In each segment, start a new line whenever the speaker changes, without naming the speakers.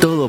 Todo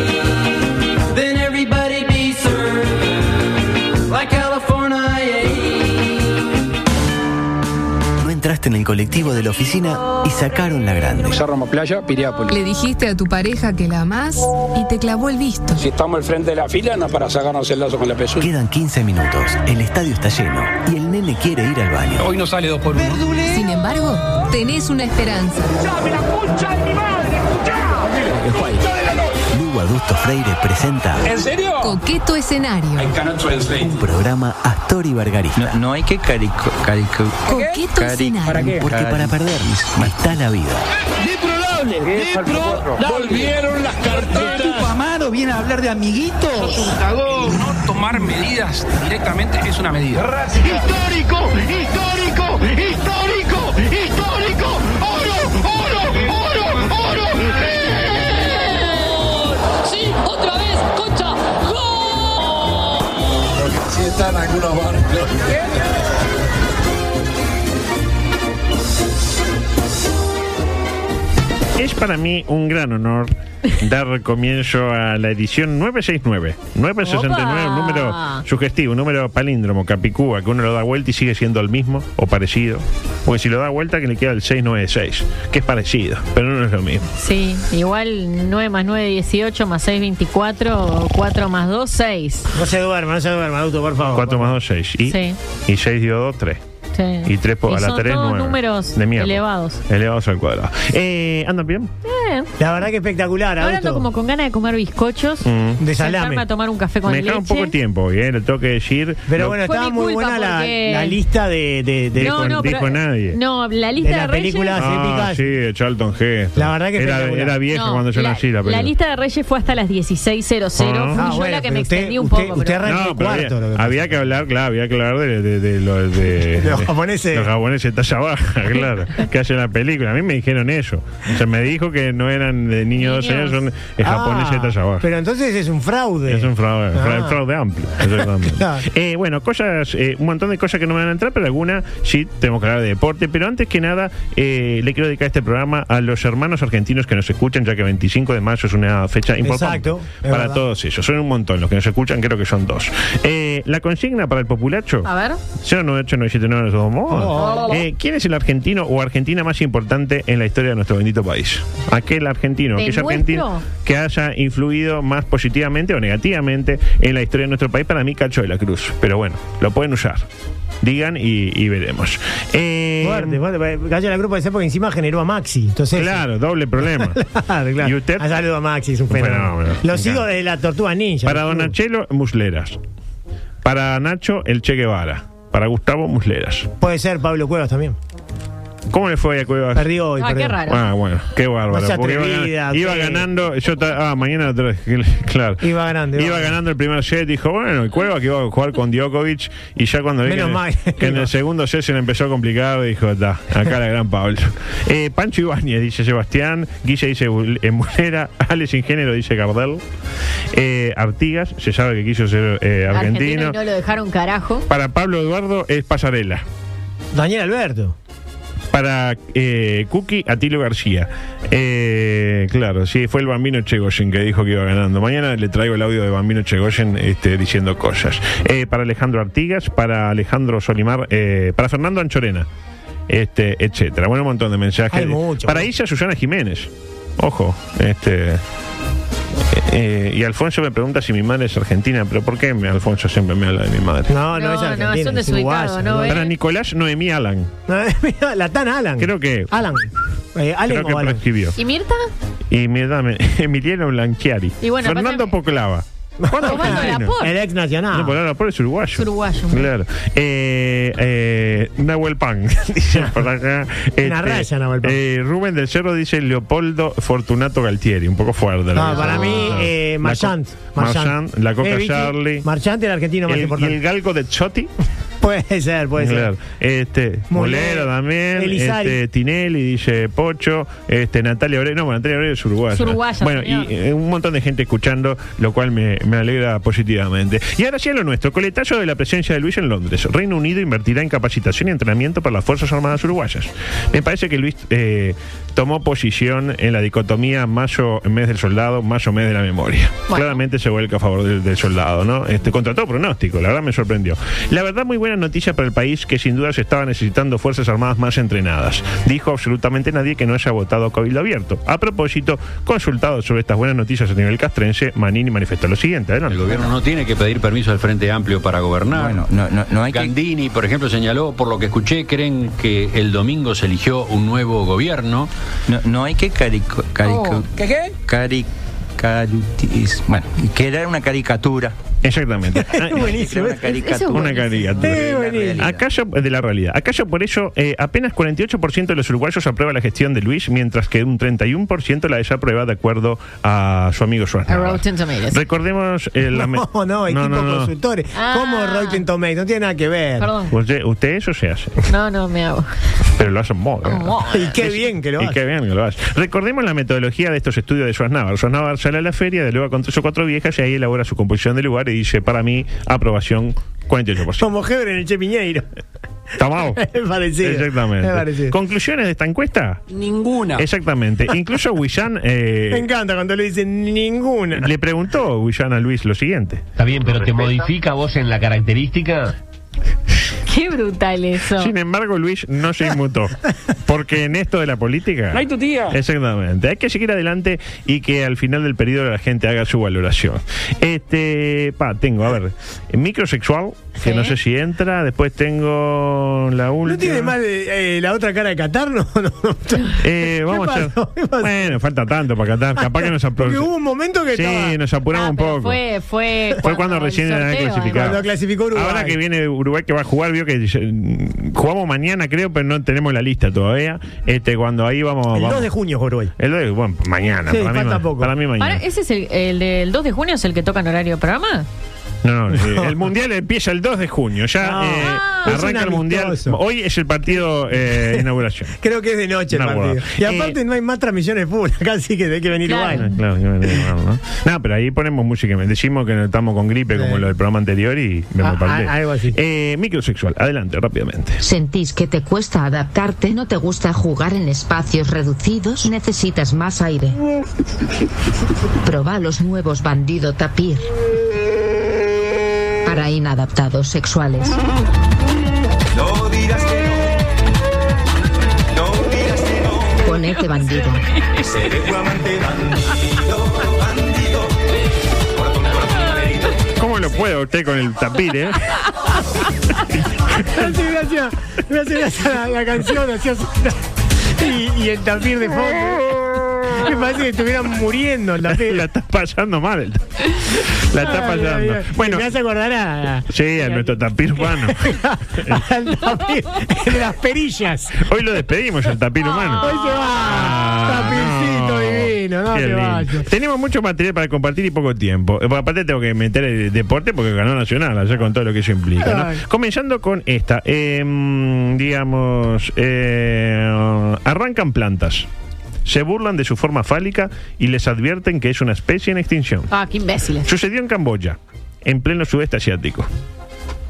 No entraste en el colectivo de la oficina y sacaron la grande.
Cerro Playa, Piriápolis.
Le dijiste a tu pareja que la amás y te clavó el visto.
Si estamos al frente de la fila, no es para sacarnos el lazo con la pezuña.
Quedan 15 minutos. El estadio está lleno y el nene quiere ir al baño.
Hoy no sale dos por uno.
Sin embargo, tenés una esperanza.
Lugo Adusto Freire presenta
¿En serio?
Coqueto escenario.
un programa Astor y Bargarista.
No hay que carico, carico.
Coqueto escenario.
¿Para qué?
Porque para perder está la vida.
Volvieron las carteras.
Amaro viene a hablar de amiguitos.
No tomar medidas directamente es una medida.
histórico, histórico, histórico, histórico, oro, oro, oro, oro.
Sí, otra vez, Concha. ¡Gol!
Es para mí un gran honor dar comienzo a la edición 969. 969, un número sugestivo, un número palíndromo, capicúa, que uno lo da vuelta y sigue siendo el mismo o parecido. Porque si lo da vuelta, que le queda el 696, que es parecido, pero no es lo mismo.
Sí, igual 9 más 9, 18, más 6, 24, 4 más 2, 6.
No se duerma, no se duerma, auto, por favor.
4 más 2, 6. Y,
Sí.
y 6 dio 2, 3. Y 3 por, a la
son
3,
todos
9.
números
de mierda.
elevados.
Elevados al cuadrado. Eh, ¿Andan bien?
Bien.
La verdad que espectacular,
Ahora
auto.
ando como con ganas de comer bizcochos.
Mm.
Sentarme
De salame.
a tomar un café con
Me
leche.
queda un poco de tiempo hoy, eh, lo tengo que decir.
Pero
Lo-
bueno,
Fue
estaba
mi
muy
culpa
buena la,
porque-
la lista de, de- de-
No, no, dijo nadie.
No, la
de
lista de,
las
Reyes.
películas
Ah,
épicas.
sí, de Charlton Heston.
La verdad que
era,
espectacular.
era vieja
No,
cuando yo nací la película.
lista de Reyes fue hasta las 16.00.
Ah.
Fui
Ah,
yo
bueno,
la que
pero
me
usted-
extendí un
usted-
poco.
usted
pero-
arranca-
No, pero Ah,
cuarto, lo que
había,
pasa.
había que hablar, claro, había que hablar de, de- de los, de-
Los
de-
japoneses.
Los japoneses de talla baja, claro, que hacen la película. A mí me dijeron eso. O sea, me dijo que no eran de niños de 12 años, son eh,
Ah,
japoneses de talla baja.
Pero entonces es un fraude.
Es un fraude,
Ah.
fra- fraude amplio. exactamente.
Claro.
Eh, bueno, cosas, eh, un montón de cosas que no me van a entrar, pero algunas sí tenemos que hablar de deporte. Pero antes que nada, eh, le quiero dedicar este programa a los hermanos argentinos que nos escuchan, ya que 25 de mayo es una fecha importante
Exacto, es
para
verdad.
todos ellos. Son un montón los que nos escuchan, creo que son dos. Eh, la consigna para el populacho.
A ver.
0989799 los dos modos.
Oh.
Eh, ¿Quién es el argentino o argentina más importante en la historia de nuestro bendito país? Aquel argentino,
¿De
aquel argentino
nuestro?
que haya influido más positivamente o negativamente en la historia de nuestro país, para mí Cacho de la Cruz. Pero bueno, lo pueden usar. Digan y, y veremos. Eh,
Fuerte, fuerte. Gallo de la grupo de esa porque encima generó a Maxi. Entonces,
Claro, doble problema.
Claro, claro.
¿Y usted?
Ah, saludo a Maxi, es un
Un
fenómeno.
fenómeno. Me
Los hijos
encanta.
de la tortuga ninja.
Para Don Nachelo, Musleras. Para Nacho, el Che Guevara. Para Gustavo, Musleras.
Puede ser Pablo Cuevas también.
¿Cómo le fue a Cuevas?
Perdió hoy.
Ah, qué
perdió.
raro.
Ah, bueno, qué bárbaro.
No sea
porque iba
atrevida,
ganando- iba,
sí.
ganando, yo ta- ah, mañana otra vez, claro.
Iba ganando, iba
Iba
ganando.
ganando el primer set, dijo, bueno, el Cueva que iba a jugar con Djokovic y ya cuando vi que,
Menos
en-
mal.
que en el segundo set se le empezó a complicar, dijo, está, acá la gran Pablo. Eh, Pancho Ibáñez dice Sebastián, Guille dice Bul- eh, Mulera, Alex Ingénero dice Gardel, eh, Artigas, se sabe que quiso ser eh,
Argentino.
argentino.
y no lo dejaron carajo.
Para Pablo Eduardo es Pasarela.
Daniel Alberto.
Para eh, Cookie, Atilo García. Eh, claro, sí, fue el bambino Chegoyen que dijo que iba ganando. Mañana le traigo el audio de bambino Chegoyen este, diciendo cosas. Eh, para Alejandro Artigas, para Alejandro Solimar, eh, para Fernando Anchorena, este, etcétera. Bueno, un montón de mensajes.
Hay mucho,
para
mucho.
Isa Susana Jiménez. Ojo, este. eh, y Alfonso me pregunta si mi madre es argentina, pero ¿por qué me- Alfonso siempre me habla de mi madre?
No, no,
No,
es
no,
argentino.
es un
es uruguayo,
desubicado, no,
Para Nicolás Noemí Alan.
No, mira, la tan Alan.
Creo que-
Alan. Eh, Alan
Creo que
o Alan.
prescribió.
¿Y Mirta?
Y mi dame, Emiliano Blanchiari.
Y bueno,
Fernando
pasa-
Poclava. ¿Cuántos
Osvaldo
argentinos?
Laport.
El ex nacional.
No, Poclava Laport es uruguayo.
Ah. Es uruguayo.
Claro. Eh, eh, Nahuel Pan, dicen por acá. Este,
Una raya, Nahuel Pan.
eh, Rubén del Cerro dice Leopoldo Fortunato Galtieri. Un poco fuerte. la
No,
verdad.
para mí,
Claro.
eh,
Ah. La
Marchand.
co- Marchand, la Coca
Eh, Vicky,
Charlie.
Marchand, el argentino más
el, y el
importante.
galgo de Chotti.
Puede ser, puede
Claro.
ser.
Este, Molero
Molero,
también,
Elizari.
este, Tinelli, dice Pocho, este, Natalia Obrero, no, bueno, Natalia Obrero es uruguaya.
Es uruguaya,
bueno,
señor.
y eh, un montón de gente escuchando, lo cual me, me alegra positivamente. Y ahora sí a lo nuestro, coletazo de la presencia de Luis en Londres. Reino Unido invertirá en capacitación y entrenamiento para las Fuerzas Armadas Uruguayas. Me parece que Luis eh, tomó posición en la dicotomía mayo en mes del soldado, mayo mes de la memoria.
Bueno.
Claramente claramente se vuelca a favor del, del soldado, ¿no? Este, contra todo pronóstico, la verdad me sorprendió. La verdad, muy buena noticia para el país que sin duda se estaba necesitando fuerzas armadas más entrenadas. Dijo absolutamente nadie que no haya votado a Cabildo Abierto. A propósito, consultado sobre estas buenas noticias a nivel castrense, Manini manifestó lo siguiente. adelante.
El gobierno no tiene que pedir permiso al Frente Amplio para gobernar.
Bueno, no, no, no hay que.
Gandini, por ejemplo, señaló, por lo que escuché, creen que el domingo se eligió un nuevo gobierno.
No, no hay que carico, carico,
¿Qué qué?
cari- carutis- Bueno, que era una caricatura.
Exactamente. Ah,
Buenísimo.
Una caricatura.
Una caricatura.
De la
buenísimo.
realidad.
Acaso eh, de la realidad. Acaso por ello, eh, apenas 48% de los uruguayos aprueba la gestión de Luis, mientras que un 31% la desaprueba de acuerdo a su amigo Suárez.
A Rotten Tomatoes.
Recordemos eh, la me-
No, no, equipo consultores.
Ah.
Como Rotten Tomatoes, no tiene nada que ver.
Perdón.
Usted, usted eso se hace,
No, no, me hago.
pero lo hace modo.
Y qué bien que lo
y
hace.
qué bien que lo hace. Recordemos la metodología de estos estudios de Schwarzenegger. Schwarzenegger sale a la feria, de luego con tres o cuatro viejas y ahí elabora su composición de lugar y dice, para mí, aprobación 48%.
Como Heber en el Che Piñeiro.
¿Estamos?
Es parecido.
Exactamente.
Es parecido.
¿Conclusiones de esta encuesta?
Ninguna.
Ah.
Exactamente. Incluso Willan eh,
Me encanta cuando le dicen ninguna.
le preguntó Willan a Luis lo siguiente.
Está bien, pero ¿te modifica vos en la característica?
Qué brutal eso.
Sin embargo, Luis no se inmutó. Porque en esto de la política.
¡Ay, tu tía!
Exactamente. Hay que seguir adelante y que al final del periodo la gente haga su valoración. Este, pa, tengo, a ver, microsexual, que
Sí.
no sé si entra, después tengo la última.
¿No tiene más de, eh, la otra cara de Qatar? No, no, no.
Eh, vamos a
¿Qué
hacer.
pasó? ¿Qué pasó?
Bueno, falta tanto para Qatar. Capaz que nos apuramos.
Porque hubo un momento que
Sí,
estaba-
nos apuramos
Ah,
un
pero
poco.
Fue, fue,
Fue cuando
el
recién
sorteo,
habían clasificado.
Cuando clasificó Uruguay.
Ahora que viene Uruguay que va a jugar, vio que eh, jugamos mañana, creo, pero no tenemos la lista todavía. Este, cuando ahí vamos.
El
vamos.
2 de junio, Uruguay.
El 2 de- bueno, mañana.
Sí,
para, mí,
falta
ma-
poco.
para mí mañana.
Ahora, ¿Ese es el, el del 2 de junio? ¿Es el que toca en horario de programa?
No, no, eh, el mundial empieza el 2 de junio. Ya
No.
eh,
Ah.
Es un
arranca el mundial.
amistoso.
Hoy es el partido eh, inauguración.
Creo que es de noche el
No,
partido.
bueno.
Y aparte
Eh,
no hay más transmisiones full. Acá sí que hay que venir
Claro.
Uruguay.
Claro, que me- ¿no? No, pero ahí ponemos música. Decimos que no estamos con gripe como lo del programa anterior y me
Ah,
malparté.
ah, algo así.
Eh, microsexual, adelante, rápidamente.
¿Sentís que te cuesta adaptarte? ¿No te gusta jugar en espacios reducidos? ¿Necesitas más aire? Proba los nuevos Bandido Tapir. Para inadaptados sexuales. Ponete bandido.
¿Cómo lo puedo usted con el tapir, eh?
Gracias, gracias. Gracias, gracias a la, la canción. Gracias. Y, y el tapir de fondo. Me parece que estuvieran muriendo el tapir.
La está pasando mal. La está
Ay, ay,
pasando.
ay.
Bueno,
Me hace acordar a. a-
sí, a nuestro tapir humano.
al tapir de las perillas.
Hoy lo despedimos, el tapir humano.
Hoy se va. Tapircito
Ah. no.
divino. No
Qué
te
lindo.
vayas.
Tenemos mucho material para compartir y poco tiempo. Eh, Aparte tengo que meter el deporte porque ganó Nacional, allá con todo lo que eso implica. ¿no?
Ay.
Comenzando con esta, eh, mm, digamos, eh, arrancan plantas. Se burlan de su forma fálica y les advierten que es una especie en extinción.
Ah, qué imbéciles.
Sucedió en Camboya, en pleno sudeste asiático.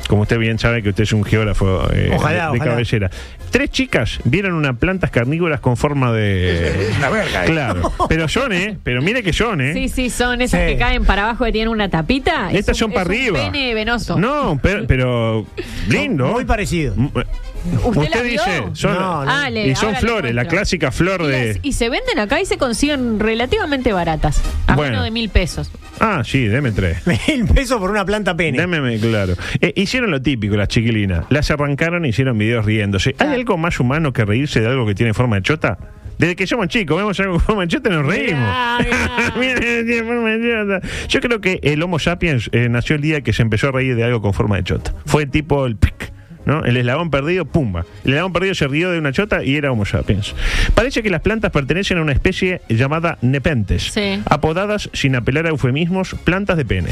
Como usted bien sabe que usted es un geógrafo eh,
Ojalá,
de, de
ojalá.
cabecera. Tres chicas vieron unas plantas carnívoras con forma de... Es una verga. Claro. Pero son, ¿eh? Pero mire que son, ¿eh?
Sí, sí, son esas
Sí.
que caen para abajo que tienen una tapita. Es
Estas
un-
son para
es
arriba.
Un pene venoso.
No, pero, pero lindo.
Muy parecido.
M- eh,
¿Usted, la vio?
dice, son,
No, no.
Ah, le-
y son
ahora le
flores, la
muestro.
clásica flor
Y,
de...
las- y se venden acá y se consiguen relativamente baratas. A
Bueno.
menos de mil pesos.
Ah, sí, deme tres.
Mil pesos por una planta pene.
Dámeme, claro. Eh, hicieron lo típico las chiquilinas. Las arrancaron e hicieron videos riéndose. ¿Hay
Claro.
algo más humano que reírse de algo que tiene forma de chota? Desde que somos chicos, vemos algo con forma de chota y nos reímos. Mira, tiene forma de chota. Yo creo que el Homo sapiens eh, nació el día que se empezó a reír de algo con forma de chota. Fue tipo el pic. ¿No? El eslabón perdido, pumba. El eslabón perdido se rió de una chota y era Homo sapiens. Parece que las plantas pertenecen a una especie llamada nepentes,
Sí.
apodadas sin apelar a eufemismos, plantas de pene.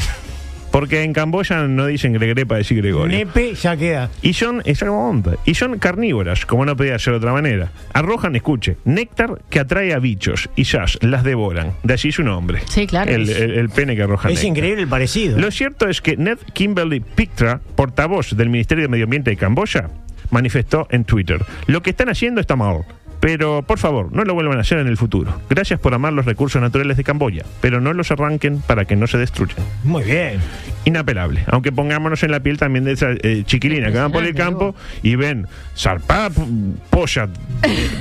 Porque en Camboya no dicen Gregre para decir Gregorio.
Nepe ya queda.
Y son, es algo onda. Y son carnívoras, como no podía ser de otra manera. Arrojan, escuche, néctar que atrae a bichos y ya las devoran. De allí su nombre.
Sí, claro.
El, el- el pene que arrojan.
Es increíble el parecido.
Lo cierto es que Ned Kimberly Pictra, portavoz del Ministerio de Medio Ambiente de Camboya, manifestó en Twitter: Lo que están haciendo está mal. Pero, por favor, no lo vuelvan a hacer en el futuro. Gracias por amar los recursos naturales de Camboya, pero no los arranquen para que no se destruyan
Muy bien.
inapelable. Aunque pongámonos en la piel también de esa eh, chiquilina que van por el campo y ven zarpada p- polla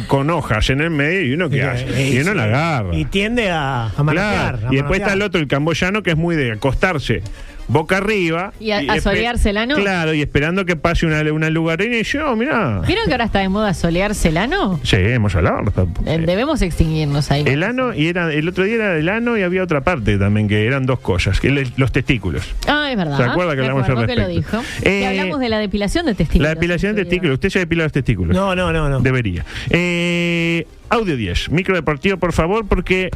con hojas en el medio y uno que hace. Y uno la agarra.
eh, Y tiende a, a manotear,
Claro.
a
Y después está
manotear.
el otro, el camboyano, que es muy de acostarse boca arriba.
Y a-
espe-
asoleársela, ¿no?
Claro, y esperando que pase una, una lugarina y yo, mirá.
¿Vieron que ahora está de moda soleársela, no?
Sí, hemos hablado.
Eh, Debemos extinguirnos ahí.
El ano, y era, el otro día era el ano y había otra parte también, que eran dos cosas, que le- los testículos.
Ah, es verdad.
¿Se acuerda que
Me
hablamos al
acuerdo que lo
respecto?
dijo. Que
Eh,
hablamos de la depilación de testículos.
La depilación
otro
de
día.
testículos. ¿Usted se depila los testículos?
No, no, no, no.
Debería. Eh, audio 10. Micro deportivo, por favor, porque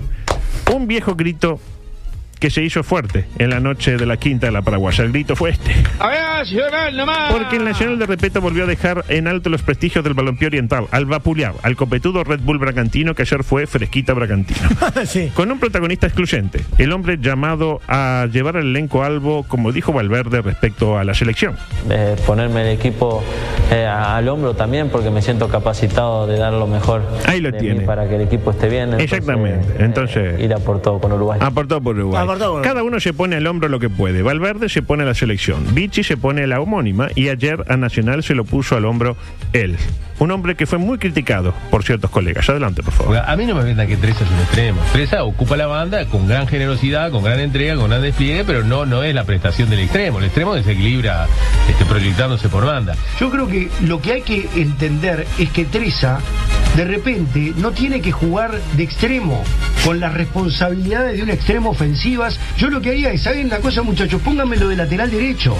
un viejo grito que se hizo fuerte en la noche de la quinta de la Paraguaya. El grito fue este.
A ver, llorar nomás.
Porque el Nacional de Repeto volvió a dejar en alto los prestigios del balompié oriental, al vapulear, al copetudo Red Bull Bragantino, que ayer fue Fresquita Bragantino.
sí.
Con un protagonista excluyente, el hombre llamado a llevar el elenco albo, como dijo Valverde respecto a la selección.
eh, ponerme el equipo eh, a- al hombro también porque me siento capacitado de dar lo mejor
Ahí lo
de
tiene.
mí para que el equipo esté bien. Entonces,
Exactamente. Entonces-
eh, ir a por todo con Uruguay.
Aportó por Uruguay.
Aportó por Uruguay.
Cada uno se pone al hombro lo que puede. Valverde se pone a la selección. Vichy se pone a la homónima. Y ayer a Nacional se lo puso al hombro él. Un hombre que fue muy criticado por ciertos colegas. Adelante, por favor.
Porque A mí no me vendan que Treza es un extremo. Treza ocupa la banda con gran generosidad, con gran entrega, con gran despliegue, pero no, no es la prestación del extremo. El extremo desequilibra este, proyectándose por banda.
Yo creo que lo que hay que entender es que Treza, de repente, no tiene que jugar de extremo, con las responsabilidades de un extremo ofensivas. Yo lo que haría es, ¿saben la cosa, muchachos? Pónganmelo de lateral derecho.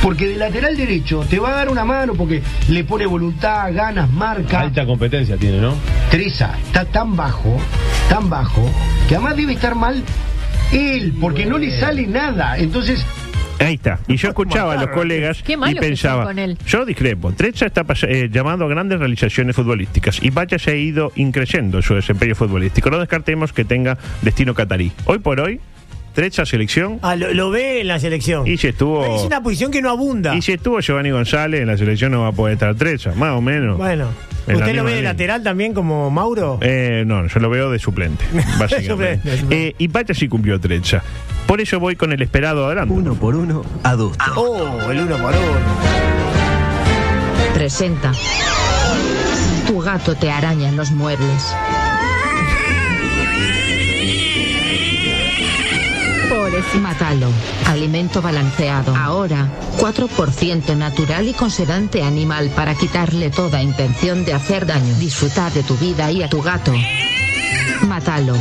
Porque de lateral derecho te va a dar una mano porque le pone voluntad, ganas, marca.
Alta competencia tiene, ¿no?
Teresa está tan bajo, tan bajo, que además debe estar mal él, porque no le sale nada. Entonces,
Ahí está. Y yo escuchaba a los colegas
Qué
y
malo que
pensaba,
son con él.
yo discrepo, Trecha está pas- eh, llamando a grandes realizaciones futbolísticas y vaya se ha ido increciendo su desempeño futbolístico. No descartemos que tenga destino catarí. Hoy por hoy, Trecha selección
Ah, lo, lo ve en la selección.
y si estuvo...
es una posición que no abunda.
Y si estuvo Giovanni González en la selección no va a poder estar Trecha, más o menos.
Bueno,
En la
¿usted
misma
lo ve de
línea.
lateral también como Mauro?
Eh, no, yo lo veo de suplente, básicamente.
Suplente, suplente.
Eh, y Pacha sí cumplió Trecha. Por eso voy con el esperado adelante.
Uno por uno, adusto.
Oh, el uno por uno.
Presenta. Tu gato te araña en los muebles. Mátalo. Alimento balanceado. Ahora, 4% natural y con sedante animal para quitarle toda intención de hacer daño. Disfruta de tu vida y a tu gato. Mátalo.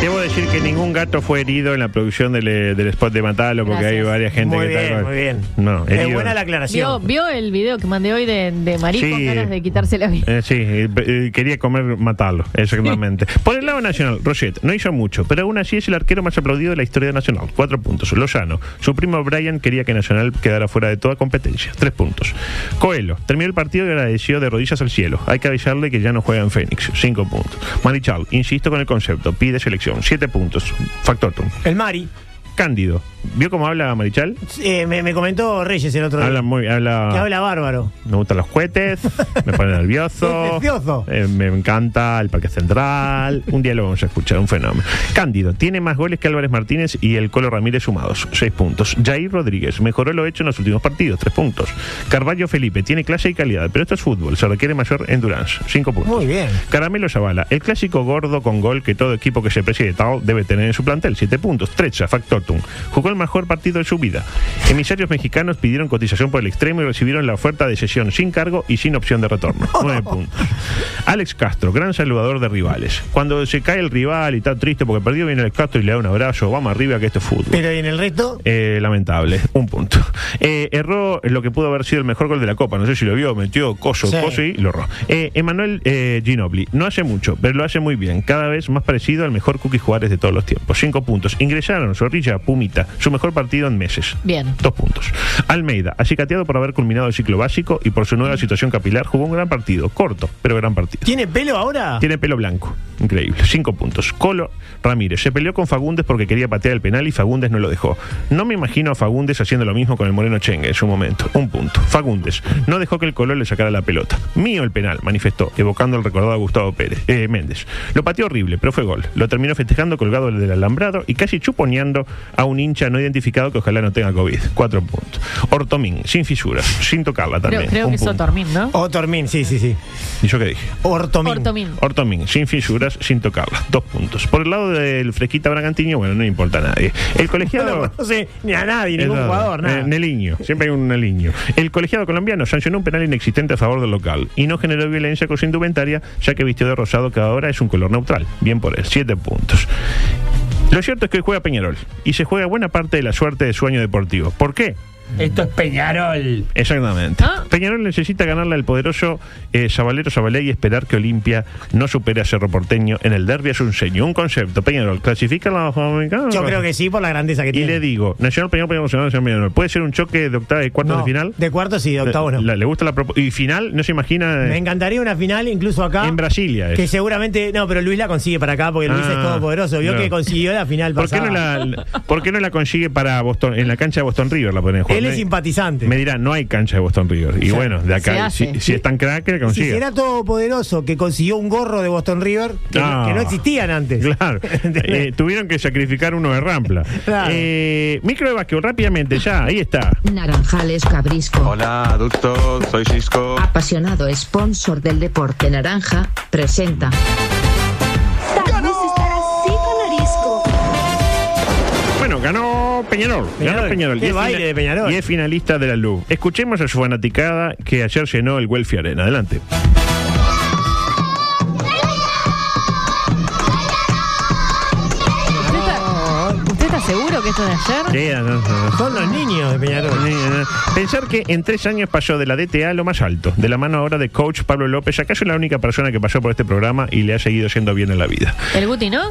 Debo decir que ningún gato fue herido en la producción del, eh, del spot de Matalo, porque hay
Gracias.
varias gente
Muy
que tal
bien,
cual-
muy bien.
No,
es
herido.
buena la
¿Vio,
aclaración.
vio el video que mandé hoy de, de Marí con
Sí.
ganas de quitarse la vida?
Eh, sí, eh, eh, quería comer, matarlo, exactamente. Por el lado nacional, Roget no hizo mucho, pero aún así es el arquero más aplaudido de la historia de Nacional. Cuatro puntos. Lozano, su primo Brian quería que Nacional quedara fuera de toda competencia. Tres puntos. Coelho, terminó el partido y agradeció de rodillas al cielo. Hay que avisarle que ya no juega en Fénix. Cinco puntos. Marichal, insisto con el concepto, pide selección. Siete puntos. Factotum.
El Mari.
Cándido, ¿vio cómo habla Marichal?
eh, me, me comentó Reyes el otro
Habla
día.
muy,
Que habla bárbaro.
me gustan los cohetes, me pone nervioso.
Es nervioso.
eh, me encanta el Parque Central. Un día lo vamos a escuchar, un fenómeno. Cándido, tiene más goles que Álvarez Martínez y el Colo Ramírez sumados, seis puntos. Jair Rodríguez, mejoró lo hecho en los últimos partidos, tres puntos. Carballo Felipe, tiene clase y calidad, pero esto es fútbol, se requiere mayor endurance, cinco puntos.
Muy bien.
Caramelo Zavala, el clásico gordo con gol que todo equipo que se precie de tal debe tener en su plantel. Siete puntos, trecha, factotum. Jugó el mejor partido de su vida. Emisarios mexicanos pidieron cotización por el extremo y recibieron la oferta de sesión sin cargo y sin opción de retorno. Nueve puntos. Alex Castro, gran saludador de rivales. Cuando se cae el rival y está triste porque perdió, viene Alex Castro y le da un abrazo. Vamos arriba que esto es fútbol.
Pero ¿y en el resto,
Eh, lamentable, un punto. Eh, erró lo que pudo haber sido el mejor gol de la Copa. No sé si lo vio, metió coso,
Sí.
coso y lo erró. Eh, Emanuel eh, Ginobili no hace mucho, pero lo hace muy bien. Cada vez más parecido al mejor Cookie Juárez de todos los tiempos. Cinco puntos. Ingresaron Zorrilla, García, Pumita, su mejor partido en meses.
Bien.
Dos puntos. Almeida, acicateado por haber culminado el ciclo básico y por su nueva situación capilar, jugó un gran partido, corto, pero gran partido.
¿Tiene pelo
Ah.
ahora?
Tiene pelo blanco. Increíble. Cinco puntos. Colo Ramírez se peleó con Fagundes porque quería patear el penal y Fagundes no lo dejó. No me imagino a Fagundes haciendo lo mismo con el Moreno Chengue en su momento. Un punto. Fagundes no dejó que el Colo le sacara la pelota. Mío el penal, manifestó, evocando el recordado a Gustavo Pérez, eh, Méndez. Lo pateó horrible, pero fue gol. Lo terminó festejando colgado del alambrado y casi chuponeando a un hincha no identificado que ojalá no tenga COVID. Cuatro puntos. Ortomín, sin fisuras, sin tocarla
Creo,
también.
creo
Un
que es
punto.
Otormin, ¿no?
Otormin, sí, sí, sí.
¿Y yo qué dije?
Ortomín.
Ortomín.
Ortomín, sin fisuras, sin tocarla. Dos puntos. Por el lado del fresquita Bragantiño, bueno, no importa a nadie. El colegiado.
No sé, ni a nadie, ningún
Eduardo,
jugador, nada.
eh, Neliño, siempre hay un Neliño. El colegiado colombiano sancionó un penal inexistente a favor del local y no generó violencia con su indumentaria, ya que vistió de rosado que ahora es un color neutral. Bien por él, siete puntos. Lo cierto es que hoy juega Peñarol y se juega buena parte de la suerte de su año deportivo. ¿Por qué?
Esto es Peñarol. Ah.
Exactamente. Peñarol necesita ganarle al poderoso eh, Zabalero Zabalé y esperar que Olimpia no supere a Cerro Porteño en el derbi asunseño. Un concepto. Peñarol clasifica a la
Yo creo que sí, por la grandeza que
Y
tiene.
le digo, Nacional Peñarol, Peñarol, Nacional, Nacional Peñarol. ¿Puede ser un choque de octava y cuarto
No,
de final?
De cuarto sí, de octavo no.
La- ¿Le gusta la propuesta? ¿Y final? ¿No se imagina? eh,
Me encantaría una final, incluso acá.
en Brasilia. es.
Que seguramente. No, pero Luis la consigue para acá porque Luis
Ah,
es todopoderoso. Vio
claro.
que consiguió la final
¿Por qué, no
pasada.
la, ¿Por qué no la consigue para Boston? En la cancha de Boston River la ponen en juego.
Él
Me-
es simpatizante.
Me dirá, no hay cancha de Boston River. Y
O sea,
bueno, de
se
acá,
hace.
si, si es tan crack, que la
Si
consigue.
será todopoderoso que consiguió un gorro de Boston River que no,
Ah.
que no existían antes.
Claro. Eh, tuvieron que sacrificar uno de Rampla.
Claro.
Eh, micro de básquet, rápidamente, ya, ahí está.
Naranjales Cabrisco.
Hola, adultos, soy Cisco.
Apasionado sponsor del deporte naranja, presenta.
Bueno, ganó Peñarol. ganó
Peñarol.
Peñarol.
Qué
Y es
baile
fina-
de Peñarol.
Y es finalista de la LUB. Escuchemos a su fanaticada que ayer llenó el Welfi Arena. Adelante.
¿Usted está, usted está seguro que esto es de ayer?
Sí, no, no, no.
Son los niños de Peñarol.
Sí, no. Pensar que en tres años pasó de la DTA a lo más alto, de la mano ahora de coach Pablo López, acaso es la única persona que pasó por este programa y le ha seguido yendo bien en la vida.
¿El Guti no?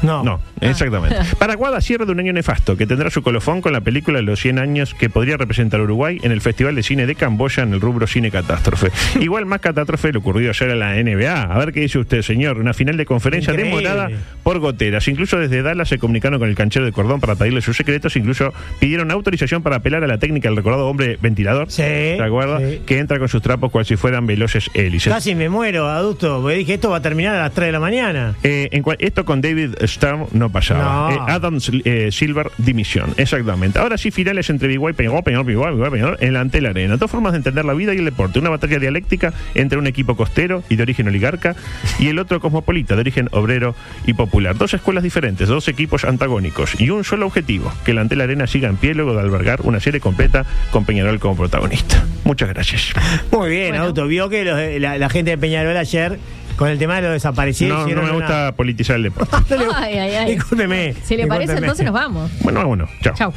No.
No, exactamente. Paraguada cierra de un año nefasto, que tendrá su colofón con la película Los 100 años que podría representar Uruguay en el Festival de Cine de Camboya en el rubro Cine Catástrofe. Igual más catástrofe lo ocurrido ayer en la NBA. A ver qué dice usted, señor. Una final de conferencia
Increíble.
demorada por goteras. Incluso desde Dallas se comunicaron con el canchero de cordón para pedirle sus secretos. Incluso pidieron autorización para apelar a la técnica del recordado hombre ventilador.
Sí,
¿Te acuerdas?
sí.
Que entra con sus trapos cual si fueran veloces hélices.
Casi me muero, adulto, porque dije esto va a terminar a las 3 de la mañana.
Eh, en cua- esto con David Stern no pasaba.
No.
Eh, Adam Sil- eh, Silver, dimisión. Exactamente. Ahora sí, finales entre Biguay, Peñarol, Peñarol, Biguay, Biguay, Peñarol, en la Antel Arena. Dos formas de entender la vida y el deporte. Una batalla dialéctica entre un equipo costero y de origen oligarca y el otro cosmopolita, de origen obrero y popular. Dos escuelas diferentes, dos equipos antagónicos y un solo objetivo, que la Antel Arena siga en pie luego de albergar una serie completa con Peñarol como protagonista. Muchas gracias.
Muy bien, adulto. Vio que los- eh, la, la gente de Peñarol ayer, con el tema de los desaparecidos,
No, no
hicieron
me
una-
gusta politizar el deporte.
Ay, ay, ay.
Discúlpeme.
Si le parece,
discúlpeme.
entonces nos vamos.
Bueno, bueno, chao.
Chau.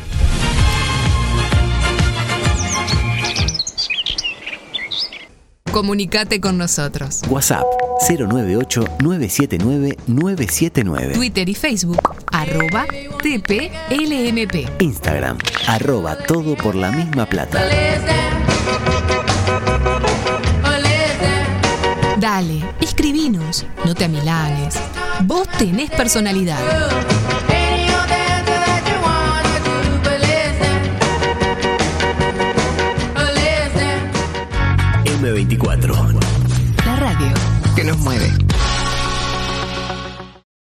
Comunicate con nosotros.
WhatsApp 098-979-979.
Twitter y Facebook. Arroba TPLMP.
Instagram, arroba todo por la misma plata.
Dale, escribinos, no te amilanes. Vos tenés personalidad.
M24.
La radio.
Que nos mueve.